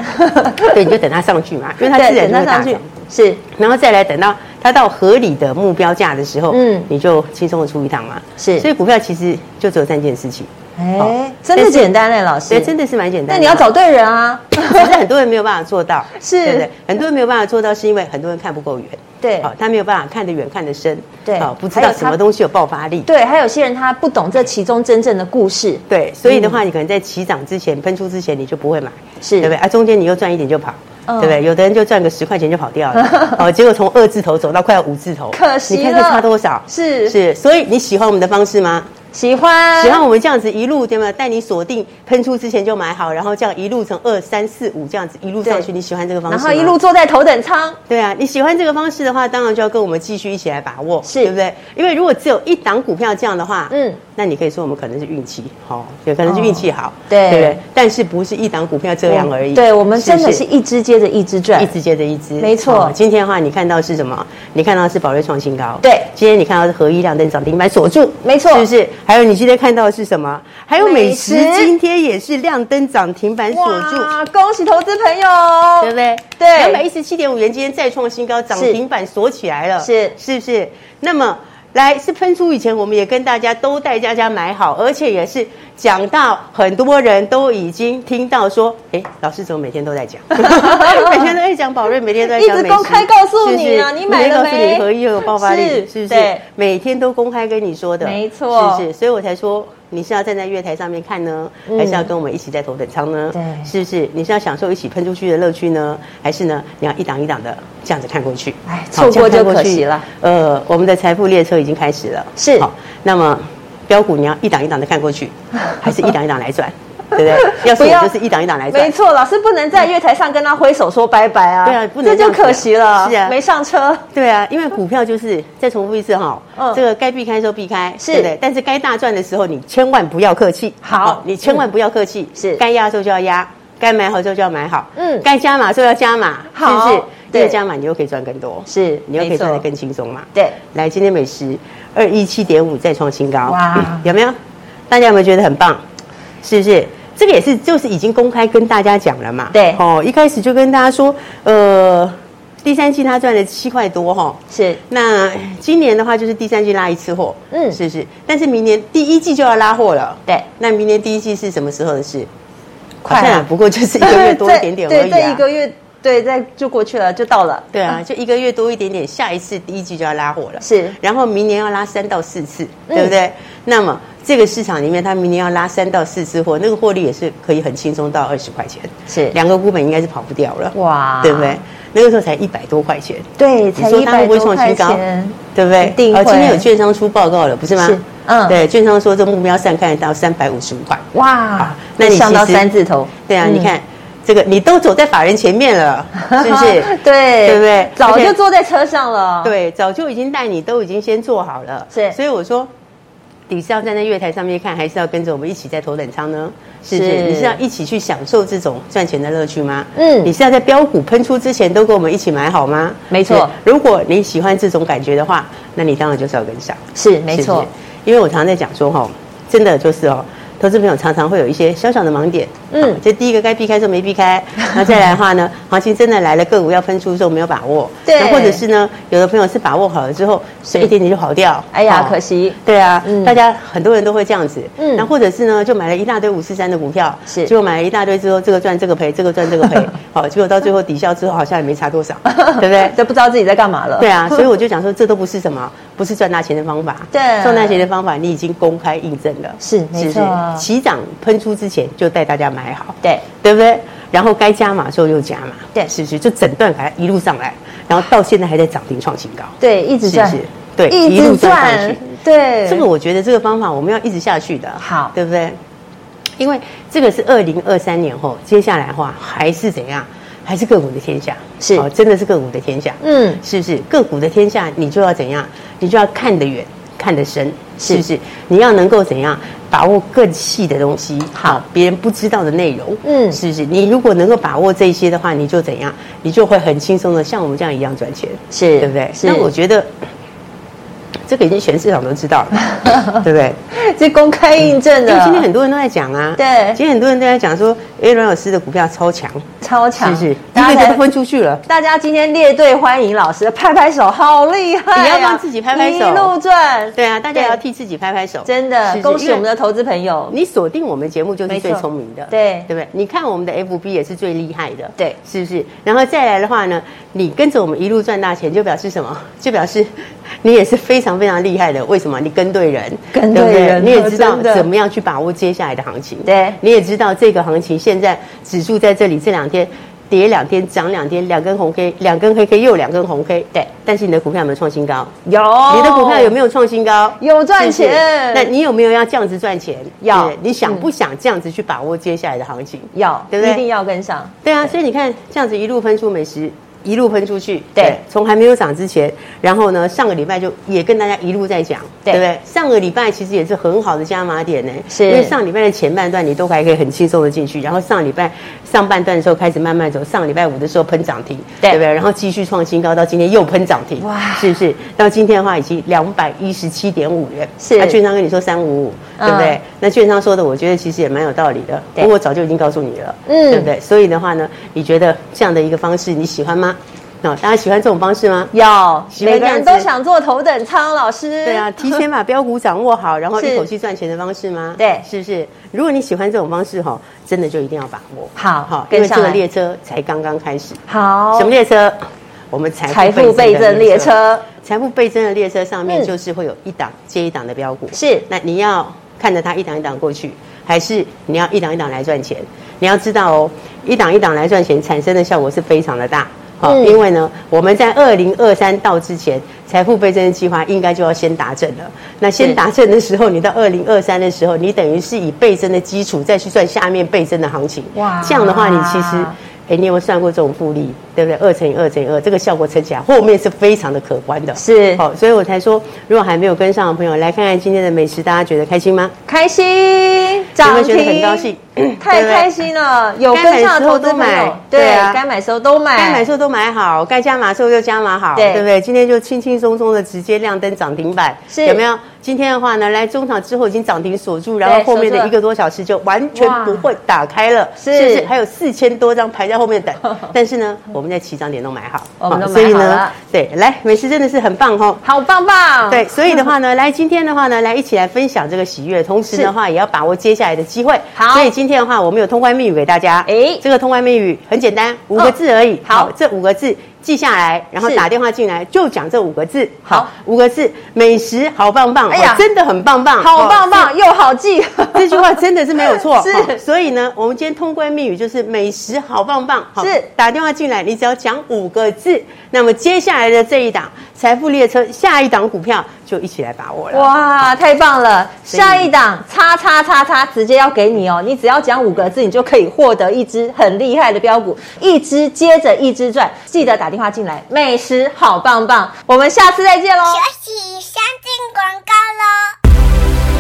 [SPEAKER 2] 对，你就等它上去嘛，因为它自
[SPEAKER 1] 对，
[SPEAKER 2] 然
[SPEAKER 1] 等它
[SPEAKER 2] 就会大
[SPEAKER 1] 上去
[SPEAKER 2] 涨。，
[SPEAKER 1] 是，
[SPEAKER 2] 然后再来等到它到合理的目标价的时候，
[SPEAKER 1] 嗯
[SPEAKER 2] 嗯，你就轻松的出一趟嘛。
[SPEAKER 1] 是
[SPEAKER 2] 所以股票其实就只有三件事情，
[SPEAKER 1] 哎
[SPEAKER 2] 好，
[SPEAKER 1] 真的
[SPEAKER 2] 但是
[SPEAKER 1] 简单哎，老
[SPEAKER 2] 对，
[SPEAKER 1] 师，
[SPEAKER 2] 真的是蛮简单的。
[SPEAKER 1] 那你要 [laughs] 找对人啊，
[SPEAKER 2] 只是很多人没有办法做到，
[SPEAKER 1] 是
[SPEAKER 2] 对不对？很多人没有办法做到，是因为很多人看不够
[SPEAKER 1] [laughs]
[SPEAKER 2] 远，
[SPEAKER 1] 对
[SPEAKER 2] 好，他没有办法看得远、看得深，
[SPEAKER 1] 对
[SPEAKER 2] 好，不知
[SPEAKER 1] 还有
[SPEAKER 2] 道
[SPEAKER 1] 他
[SPEAKER 2] 什么东西有爆发力，
[SPEAKER 1] 对，还有些人他不懂这其中真正的故事，
[SPEAKER 2] 对，所以的话，你可能在起涨之前、喷出之前，你就不会买，
[SPEAKER 1] 嗯是
[SPEAKER 2] 对不对？啊，中间你又赚一点就跑。
[SPEAKER 1] 嗯
[SPEAKER 2] 对不对？有的人就赚个十块钱就跑
[SPEAKER 1] [laughs]
[SPEAKER 2] 掉了，哦，结果从二字头走到快要五字头，
[SPEAKER 1] 可惜
[SPEAKER 2] 你看这
[SPEAKER 1] 了
[SPEAKER 2] 差多少？
[SPEAKER 1] 是啊
[SPEAKER 2] 是，所以你喜欢我们的方式吗？
[SPEAKER 1] 喜欢，
[SPEAKER 2] 只要我们这样子一路对吗？带你锁定喷出之前就买好，然后这样一路从二三四五这样子一路上去，
[SPEAKER 1] 对
[SPEAKER 2] 你喜欢这个方式
[SPEAKER 1] 然
[SPEAKER 2] 吗？
[SPEAKER 1] 后一路坐在头等舱，
[SPEAKER 2] 对啊，你喜欢这个方式的话，当然就要跟我们继续一起来把握，
[SPEAKER 1] 是
[SPEAKER 2] 对不对？因为如果只有一档股票这样的话，
[SPEAKER 1] 嗯哦
[SPEAKER 2] 嗯，那你可以说我们可能是运气好、哦，也可能是运气好，
[SPEAKER 1] 对
[SPEAKER 2] 不对？但是不是一档股票这样而已？
[SPEAKER 1] 对我们真的
[SPEAKER 2] 不
[SPEAKER 1] 是一只接着一只赚
[SPEAKER 2] 一，只接着一只，
[SPEAKER 1] 没错
[SPEAKER 2] 哦今天的话，你看到是什么？你看到是宝瑞创新高，
[SPEAKER 1] 对
[SPEAKER 2] 今天你看到是合一亮灯涨停板锁住，
[SPEAKER 1] 没错
[SPEAKER 2] 是不是？还有你今天看到的是什么？还有美食
[SPEAKER 1] 美食
[SPEAKER 2] 今天也是亮灯涨停板锁住。
[SPEAKER 1] 哇，恭喜投资朋友，
[SPEAKER 2] 对不对？
[SPEAKER 1] 哦对
[SPEAKER 2] 两百一十七点五元，今天再创新高，涨停板锁起来了，
[SPEAKER 1] 是
[SPEAKER 2] 是不是？那么来是喷出以前，我们也跟大家都带大家买好，而且也是讲到很多人都已经听到说，哎，老师怎么每天都
[SPEAKER 1] [laughs]
[SPEAKER 2] 在讲，每天都在讲宝瑞，每天都在讲
[SPEAKER 1] 一直
[SPEAKER 2] 美食
[SPEAKER 1] 公开告诉你啊
[SPEAKER 2] 是不是
[SPEAKER 1] 你买了
[SPEAKER 2] 每天告诉
[SPEAKER 1] 没
[SPEAKER 2] 你合一又有爆发力，
[SPEAKER 1] 是
[SPEAKER 2] 是不是
[SPEAKER 1] 对？
[SPEAKER 2] 每天都公开跟你说的，
[SPEAKER 1] 没错
[SPEAKER 2] 是不是？所以我才说。你是要站在月台上面看呢，
[SPEAKER 1] 嗯
[SPEAKER 2] 还是要跟我们一起在头等舱呢？
[SPEAKER 1] 对
[SPEAKER 2] 是不是？你是要享受一起喷出去的乐趣呢，还是呢，你要一档一档的这样子看过去？
[SPEAKER 1] 哎
[SPEAKER 2] 好
[SPEAKER 1] 错过就
[SPEAKER 2] 这样看过去
[SPEAKER 1] 可惜了
[SPEAKER 2] 呃，我们的财富列车已经开始了，
[SPEAKER 1] 是
[SPEAKER 2] 好，那么标股你要一档一档的看
[SPEAKER 1] [laughs]
[SPEAKER 2] 过去，还是一档一档来转？对不对？要是
[SPEAKER 1] 不要
[SPEAKER 2] 我就是一档一档来转
[SPEAKER 1] 没。错，老师不能在月台上跟他挥手说拜拜啊，
[SPEAKER 2] 对啊不能
[SPEAKER 1] 这
[SPEAKER 2] 这
[SPEAKER 1] 就
[SPEAKER 2] 样子啊
[SPEAKER 1] 可惜了，
[SPEAKER 2] 是啊
[SPEAKER 1] 没上车，
[SPEAKER 2] 对啊，因为股票就是再重复一次哈、
[SPEAKER 1] 嗯
[SPEAKER 2] 这个该避开的时候避开，
[SPEAKER 1] 是
[SPEAKER 2] 对不对？但是该大赚的时候，你千万不要客气。
[SPEAKER 1] 好嗯
[SPEAKER 2] 你千万不要客气，
[SPEAKER 1] 是
[SPEAKER 2] 该压的时候就要压，该买好的时候就要买好，
[SPEAKER 1] 嗯
[SPEAKER 2] 该加码的时候要加码，是
[SPEAKER 1] 好
[SPEAKER 2] 不是？
[SPEAKER 1] 对
[SPEAKER 2] 越加码你又可以赚更多，
[SPEAKER 1] 是
[SPEAKER 2] 你又可
[SPEAKER 1] 没
[SPEAKER 2] 以
[SPEAKER 1] 错
[SPEAKER 2] 赚得更轻松嘛。
[SPEAKER 1] 对，
[SPEAKER 2] 来，今天美食二一七点五再创新高，
[SPEAKER 1] 哇
[SPEAKER 2] 有没有？大家有没有觉得很棒？是不是？这个也是，就是已经公开跟大家讲了嘛。
[SPEAKER 1] 对
[SPEAKER 2] 哦，一开始就跟大家说，呃，第三季他赚了七块多哈、哦。
[SPEAKER 1] 是
[SPEAKER 2] 那今年的话，就是第三季拉一次货，
[SPEAKER 1] 嗯
[SPEAKER 2] 嗯，是不是？但是明年第一季就要拉货了，
[SPEAKER 1] 对。
[SPEAKER 2] 那明年第一季是什么时候的事？
[SPEAKER 1] 快了啊
[SPEAKER 2] 好像也不过啊就是一个月多一点点而
[SPEAKER 1] 对，
[SPEAKER 2] 已
[SPEAKER 1] 这一
[SPEAKER 2] 啊。
[SPEAKER 1] 个月，对，再就过去了，就到了，
[SPEAKER 2] 对啊，就一个月多一点点，下一次第一季就要拉货了，
[SPEAKER 1] 嗯是
[SPEAKER 2] 然后明年要拉三到四次，
[SPEAKER 1] 嗯
[SPEAKER 2] 对不对？那么这个市场里面，它明年要拉三到四次货，那个获利也是可以很轻松到二十块钱，
[SPEAKER 1] 是
[SPEAKER 2] 两个股本应该是跑不掉了，
[SPEAKER 1] 哇
[SPEAKER 2] 对不对？那个时候才一百多块钱，
[SPEAKER 1] 对，才
[SPEAKER 2] 你说
[SPEAKER 1] 一
[SPEAKER 2] 它会
[SPEAKER 1] 百
[SPEAKER 2] 不会
[SPEAKER 1] 多
[SPEAKER 2] 创
[SPEAKER 1] 块
[SPEAKER 2] 新高
[SPEAKER 1] 钱，
[SPEAKER 2] 对不对？
[SPEAKER 1] 一定会
[SPEAKER 2] 哦今天有券商出报告了，不是吗？
[SPEAKER 1] 是嗯
[SPEAKER 2] 对，券商说这目标上看得到三百五十五块。
[SPEAKER 1] 哇，
[SPEAKER 2] 那你其实
[SPEAKER 1] 上到三字头，
[SPEAKER 2] 对啊，
[SPEAKER 1] 嗯？
[SPEAKER 2] 你看这个，你都走在法人前面了，是不
[SPEAKER 1] [laughs]
[SPEAKER 2] 是
[SPEAKER 1] 啊对
[SPEAKER 2] 对不对
[SPEAKER 1] 早就
[SPEAKER 2] 而且
[SPEAKER 1] 坐在车上了，，
[SPEAKER 2] 对，早就已经带你都已经先做好了。
[SPEAKER 1] 啊是
[SPEAKER 2] 所以我说。你是要站在月台上面看，还是要跟着我们一起在头等舱呢？是不是？
[SPEAKER 1] 是
[SPEAKER 2] 你是要一起去享受这种赚钱的乐趣吗？
[SPEAKER 1] 嗯
[SPEAKER 2] 你是要在标股喷出之前都跟我们一起买好吗？
[SPEAKER 1] 没错
[SPEAKER 2] 是如果你喜欢这种感觉的话，那你当然就是要跟上。
[SPEAKER 1] 是没
[SPEAKER 2] 是不
[SPEAKER 1] 错
[SPEAKER 2] 是，因为我常常在讲说哈，真的就是哦。投资朋友常常会有一些小小的盲点，
[SPEAKER 1] 嗯
[SPEAKER 2] 嗯，这第一个该避开的时候没
[SPEAKER 1] [laughs]
[SPEAKER 2] 避开，然后再来的话呢，行情真的来了，个股要喷出的时候没有把握，
[SPEAKER 1] 对
[SPEAKER 2] 那或者是呢，有的朋友是把握好了之后，所以一点点就跑掉，
[SPEAKER 1] 哎呀，
[SPEAKER 2] 哦
[SPEAKER 1] 可，惜，
[SPEAKER 2] 对啊，
[SPEAKER 1] 嗯
[SPEAKER 2] 大家很多人都会这样子，
[SPEAKER 1] 嗯
[SPEAKER 2] 嗯，那或者是呢，就买了一大堆五四三的股票，
[SPEAKER 1] 是
[SPEAKER 2] 结果买了一大堆之后，这个赚这个赔，这个赚这
[SPEAKER 1] [laughs]
[SPEAKER 2] 个赔，好，结果到最后抵消之后好像也没差多少，对不对？
[SPEAKER 1] 这不知道自己在干嘛了，[laughs]
[SPEAKER 2] 对啊，所以我就讲说，这都不是什么，不是赚大钱的方法。
[SPEAKER 1] 对
[SPEAKER 2] 赚大钱的方法你已经公开印证了，
[SPEAKER 1] 是没
[SPEAKER 2] 不
[SPEAKER 1] 错
[SPEAKER 2] 起涨喷出之前就带大家买好，
[SPEAKER 1] 对，
[SPEAKER 2] 对不对？然后该加码的时候就加码，
[SPEAKER 1] 对
[SPEAKER 2] 是不是？就整段把它一路上来，然后到现在还在涨停创新高，
[SPEAKER 1] 对，一直
[SPEAKER 2] 是不
[SPEAKER 1] 赚
[SPEAKER 2] 是，？对，
[SPEAKER 1] 一直赚，对，
[SPEAKER 2] 这个我觉得这个方法我们要一直下去的，
[SPEAKER 1] 好
[SPEAKER 2] 对不对？因为这个是二零二三年后，接下来的话还是怎样，还是个股的天下，
[SPEAKER 1] 是
[SPEAKER 2] 哦真的是个股的天下，
[SPEAKER 1] 嗯
[SPEAKER 2] 是不是个股的天下？你就要怎样？你就要看得远，看得深，是不是？你要能够怎样把握更细的东西，
[SPEAKER 1] 好
[SPEAKER 2] 好，别人不知道的内容，
[SPEAKER 1] 嗯
[SPEAKER 2] 是不是？你如果能够把握这些的话，你就怎样？你就会很轻松的像我们这样一样赚钱，
[SPEAKER 1] 是
[SPEAKER 2] 对不对？
[SPEAKER 1] 是
[SPEAKER 2] 那我觉得这个已经全市场都知道
[SPEAKER 1] [laughs]
[SPEAKER 2] 了，对不对？
[SPEAKER 1] 哎这公开印证
[SPEAKER 2] 嗯因为
[SPEAKER 1] 的，
[SPEAKER 2] 今天很多人都在讲啊，
[SPEAKER 1] 对
[SPEAKER 2] 今天很多人都在讲说，哎，阮老师的股票超强，
[SPEAKER 1] 超
[SPEAKER 2] 是
[SPEAKER 1] 强，
[SPEAKER 2] 不是？一
[SPEAKER 1] 大家
[SPEAKER 2] 个个
[SPEAKER 1] 才
[SPEAKER 2] 都分出去了。
[SPEAKER 1] 大家今天列队欢迎老师，拍拍手，好厉害呀！
[SPEAKER 2] 你要帮自己拍拍手
[SPEAKER 1] 一路赚。
[SPEAKER 2] 对啊，大家
[SPEAKER 1] 对
[SPEAKER 2] 也要替自己拍拍手，
[SPEAKER 1] 真的
[SPEAKER 2] 是
[SPEAKER 1] 恭喜我们。
[SPEAKER 2] 是因为
[SPEAKER 1] 的投资朋友。
[SPEAKER 2] 你锁定我们节目就
[SPEAKER 1] 没
[SPEAKER 2] 是
[SPEAKER 1] 错
[SPEAKER 2] 最聪明的，
[SPEAKER 1] 对
[SPEAKER 2] 对不对？你看我们的 FB 也是最厉害的，
[SPEAKER 1] 对
[SPEAKER 2] 是不是？然后再来的话呢，你跟着我们一路赚大钱，就表示什么？就表示 [laughs] 你也是非常非常厉害的。为什么？你跟对人，
[SPEAKER 1] 跟
[SPEAKER 2] 不
[SPEAKER 1] 对人了
[SPEAKER 2] 你也知道
[SPEAKER 1] 真的
[SPEAKER 2] 怎么样去把握接下来的行情，
[SPEAKER 1] 对
[SPEAKER 2] 你也知道这个行情现在指数在这里这两天。跌两天，涨两天，两根红 K，两根黑 K 又两根红 K。
[SPEAKER 1] 对，
[SPEAKER 2] 但是你的股票有没有创新高？
[SPEAKER 1] 有
[SPEAKER 2] 你的股票有没有创新高？
[SPEAKER 1] 哦有赚
[SPEAKER 2] 是不是
[SPEAKER 1] 钱
[SPEAKER 2] 那你有没有要这样子赚钱？
[SPEAKER 1] 要嗯
[SPEAKER 2] 对你想不想这样子去把握接下来的行情？
[SPEAKER 1] 要，
[SPEAKER 2] 对不对
[SPEAKER 1] 一定要跟上。
[SPEAKER 2] 对啊，所以你看这样子一路喷出美食，一路喷出去，
[SPEAKER 1] 对
[SPEAKER 2] 从还没有涨之前，然后呢，上个礼拜就也跟大家一路在讲，
[SPEAKER 1] 对
[SPEAKER 2] 不对？上个礼拜其实也是很好的加码点呢，
[SPEAKER 1] 是
[SPEAKER 2] 因为上礼拜的前半段你都还可以很轻松的进去，然后上礼拜上半段的时候开始慢慢走，上礼拜五的时候喷涨停，
[SPEAKER 1] 对
[SPEAKER 2] 不对？然后继续创新高，到今天又喷涨停，
[SPEAKER 1] 哇
[SPEAKER 2] 是不是？到今天的话已经两百一十七点五元，
[SPEAKER 1] 是
[SPEAKER 2] 那券商跟你说三五五，对不对？
[SPEAKER 1] 嗯
[SPEAKER 2] 那券商说的，我觉得其实也蛮有道理的，
[SPEAKER 1] 对
[SPEAKER 2] 不过我早就已经告诉你了，
[SPEAKER 1] 嗯
[SPEAKER 2] 对不对？对，所以的话呢，你觉得这样的一个方式你喜欢吗？那、大家喜欢这种方式吗？
[SPEAKER 1] 有，
[SPEAKER 2] 喜
[SPEAKER 1] 每
[SPEAKER 2] 欢
[SPEAKER 1] 个
[SPEAKER 2] 这样
[SPEAKER 1] 人
[SPEAKER 2] 子
[SPEAKER 1] 都想做头等舱，老师。
[SPEAKER 2] 对啊，提
[SPEAKER 1] [laughs]
[SPEAKER 2] 前把标股掌握好，然后
[SPEAKER 1] 是
[SPEAKER 2] 一口气赚钱的方式吗？
[SPEAKER 1] 对
[SPEAKER 2] 是不是？如果你喜欢这种方式哈，真的就一定要把握
[SPEAKER 1] 好
[SPEAKER 2] 因
[SPEAKER 1] 跟
[SPEAKER 2] 为这
[SPEAKER 1] 上
[SPEAKER 2] 个
[SPEAKER 1] 来
[SPEAKER 2] 列车才刚刚开始。
[SPEAKER 1] 好，
[SPEAKER 2] 什么列哎车？我们财
[SPEAKER 1] 财富倍增列。车？
[SPEAKER 2] 财富倍增的列车上面
[SPEAKER 1] 嗯
[SPEAKER 2] 就是会有一档接一档的标股，
[SPEAKER 1] 是
[SPEAKER 2] 那你要看着它一档一档过去，还是你要一档一档来赚钱？你要知道哦，一档一档来赚钱产生的效果是非常的大。好、
[SPEAKER 1] 嗯
[SPEAKER 2] 因为呢，我们在二零二三到之前，财富倍增的计划应该就要先达阵了。那先
[SPEAKER 1] 是
[SPEAKER 2] 达阵的时候，你到二零二三的时候，你等于是以倍增的基础再去算下面倍增的行情。
[SPEAKER 1] 哇
[SPEAKER 2] 哇，这样的话，你其实哎、你有没有算过这种复利？对不对？二乘以二乘以二，这个效果乘起来，后面是非常的可观的。
[SPEAKER 1] 是
[SPEAKER 2] 好、所以我才说，如果还没有跟上的朋友，来看看今天的美食，大家觉得开心吗？
[SPEAKER 1] 开心，
[SPEAKER 2] 有没
[SPEAKER 1] 涨
[SPEAKER 2] 有觉得
[SPEAKER 1] 停，
[SPEAKER 2] 很高兴
[SPEAKER 1] 太
[SPEAKER 2] 对不对
[SPEAKER 1] 开心了，有
[SPEAKER 2] 该买
[SPEAKER 1] 跟上
[SPEAKER 2] 的
[SPEAKER 1] 的
[SPEAKER 2] 时
[SPEAKER 1] 投
[SPEAKER 2] 候
[SPEAKER 1] 资
[SPEAKER 2] 都
[SPEAKER 1] 朋
[SPEAKER 2] 买
[SPEAKER 1] 友，
[SPEAKER 2] 对啊
[SPEAKER 1] 该买的时候都买，
[SPEAKER 2] 该买的时候都买好，该加码的时候就加码好，
[SPEAKER 1] 对
[SPEAKER 2] 对不对？今天就轻轻松松的直接亮灯涨停板，
[SPEAKER 1] 是
[SPEAKER 2] 有没有？今天的话呢，来中场之后已经涨停锁住，然后
[SPEAKER 1] 对
[SPEAKER 2] 后面
[SPEAKER 1] 锁住
[SPEAKER 2] 的
[SPEAKER 1] 了
[SPEAKER 2] 一个多小时就完全
[SPEAKER 1] 哇
[SPEAKER 2] 不会打开了，
[SPEAKER 1] 是
[SPEAKER 2] 不是？还有四千多张排在后
[SPEAKER 1] [laughs]
[SPEAKER 2] 面等，但是呢，我们在起涨点都买好，
[SPEAKER 1] 我们都
[SPEAKER 2] 好
[SPEAKER 1] 买
[SPEAKER 2] 所以
[SPEAKER 1] 好
[SPEAKER 2] 呢
[SPEAKER 1] 了，
[SPEAKER 2] 对，来美食真的是很棒哦。
[SPEAKER 1] 好棒棒，
[SPEAKER 2] 对，，所以的话呢，来今天的话呢，来一起来分享这个喜悦，同时的话也要把握接下来的机会。
[SPEAKER 1] 好
[SPEAKER 2] 所以今天的话，我们有通关密语给大家。
[SPEAKER 1] 诶
[SPEAKER 2] 这个通关密语很简单，五个字而已。
[SPEAKER 1] 哦好
[SPEAKER 2] 这五个字记下来，然后
[SPEAKER 1] 是
[SPEAKER 2] 打电话进来就讲这五个字。
[SPEAKER 1] 好，
[SPEAKER 2] 五个字，美食好棒棒，
[SPEAKER 1] 哎呀
[SPEAKER 2] 哦真的很棒棒，
[SPEAKER 1] 好棒
[SPEAKER 2] 哦。
[SPEAKER 1] 棒又好记，
[SPEAKER 2] 这这句话真的是没有错，
[SPEAKER 1] [laughs] 是
[SPEAKER 2] 哦所以呢，我们今天通关密语就是美食好棒棒，好
[SPEAKER 1] 是
[SPEAKER 2] 打电话进来，你只要讲五个字，那么接下来的这一档财富列车下一档股票就一起来把握
[SPEAKER 1] [laughs]
[SPEAKER 2] 了。
[SPEAKER 1] 哇，太棒了！
[SPEAKER 2] 所以
[SPEAKER 1] 下一档叉叉叉叉直接要给你哦，你只要讲五个字，你就可以获得一只很厉害的标股，一只接着一只赚。记得打电话进来，美食好棒棒，我们下次再见喽。
[SPEAKER 3] 休息一下，进广告喽。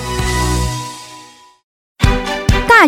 [SPEAKER 5] 大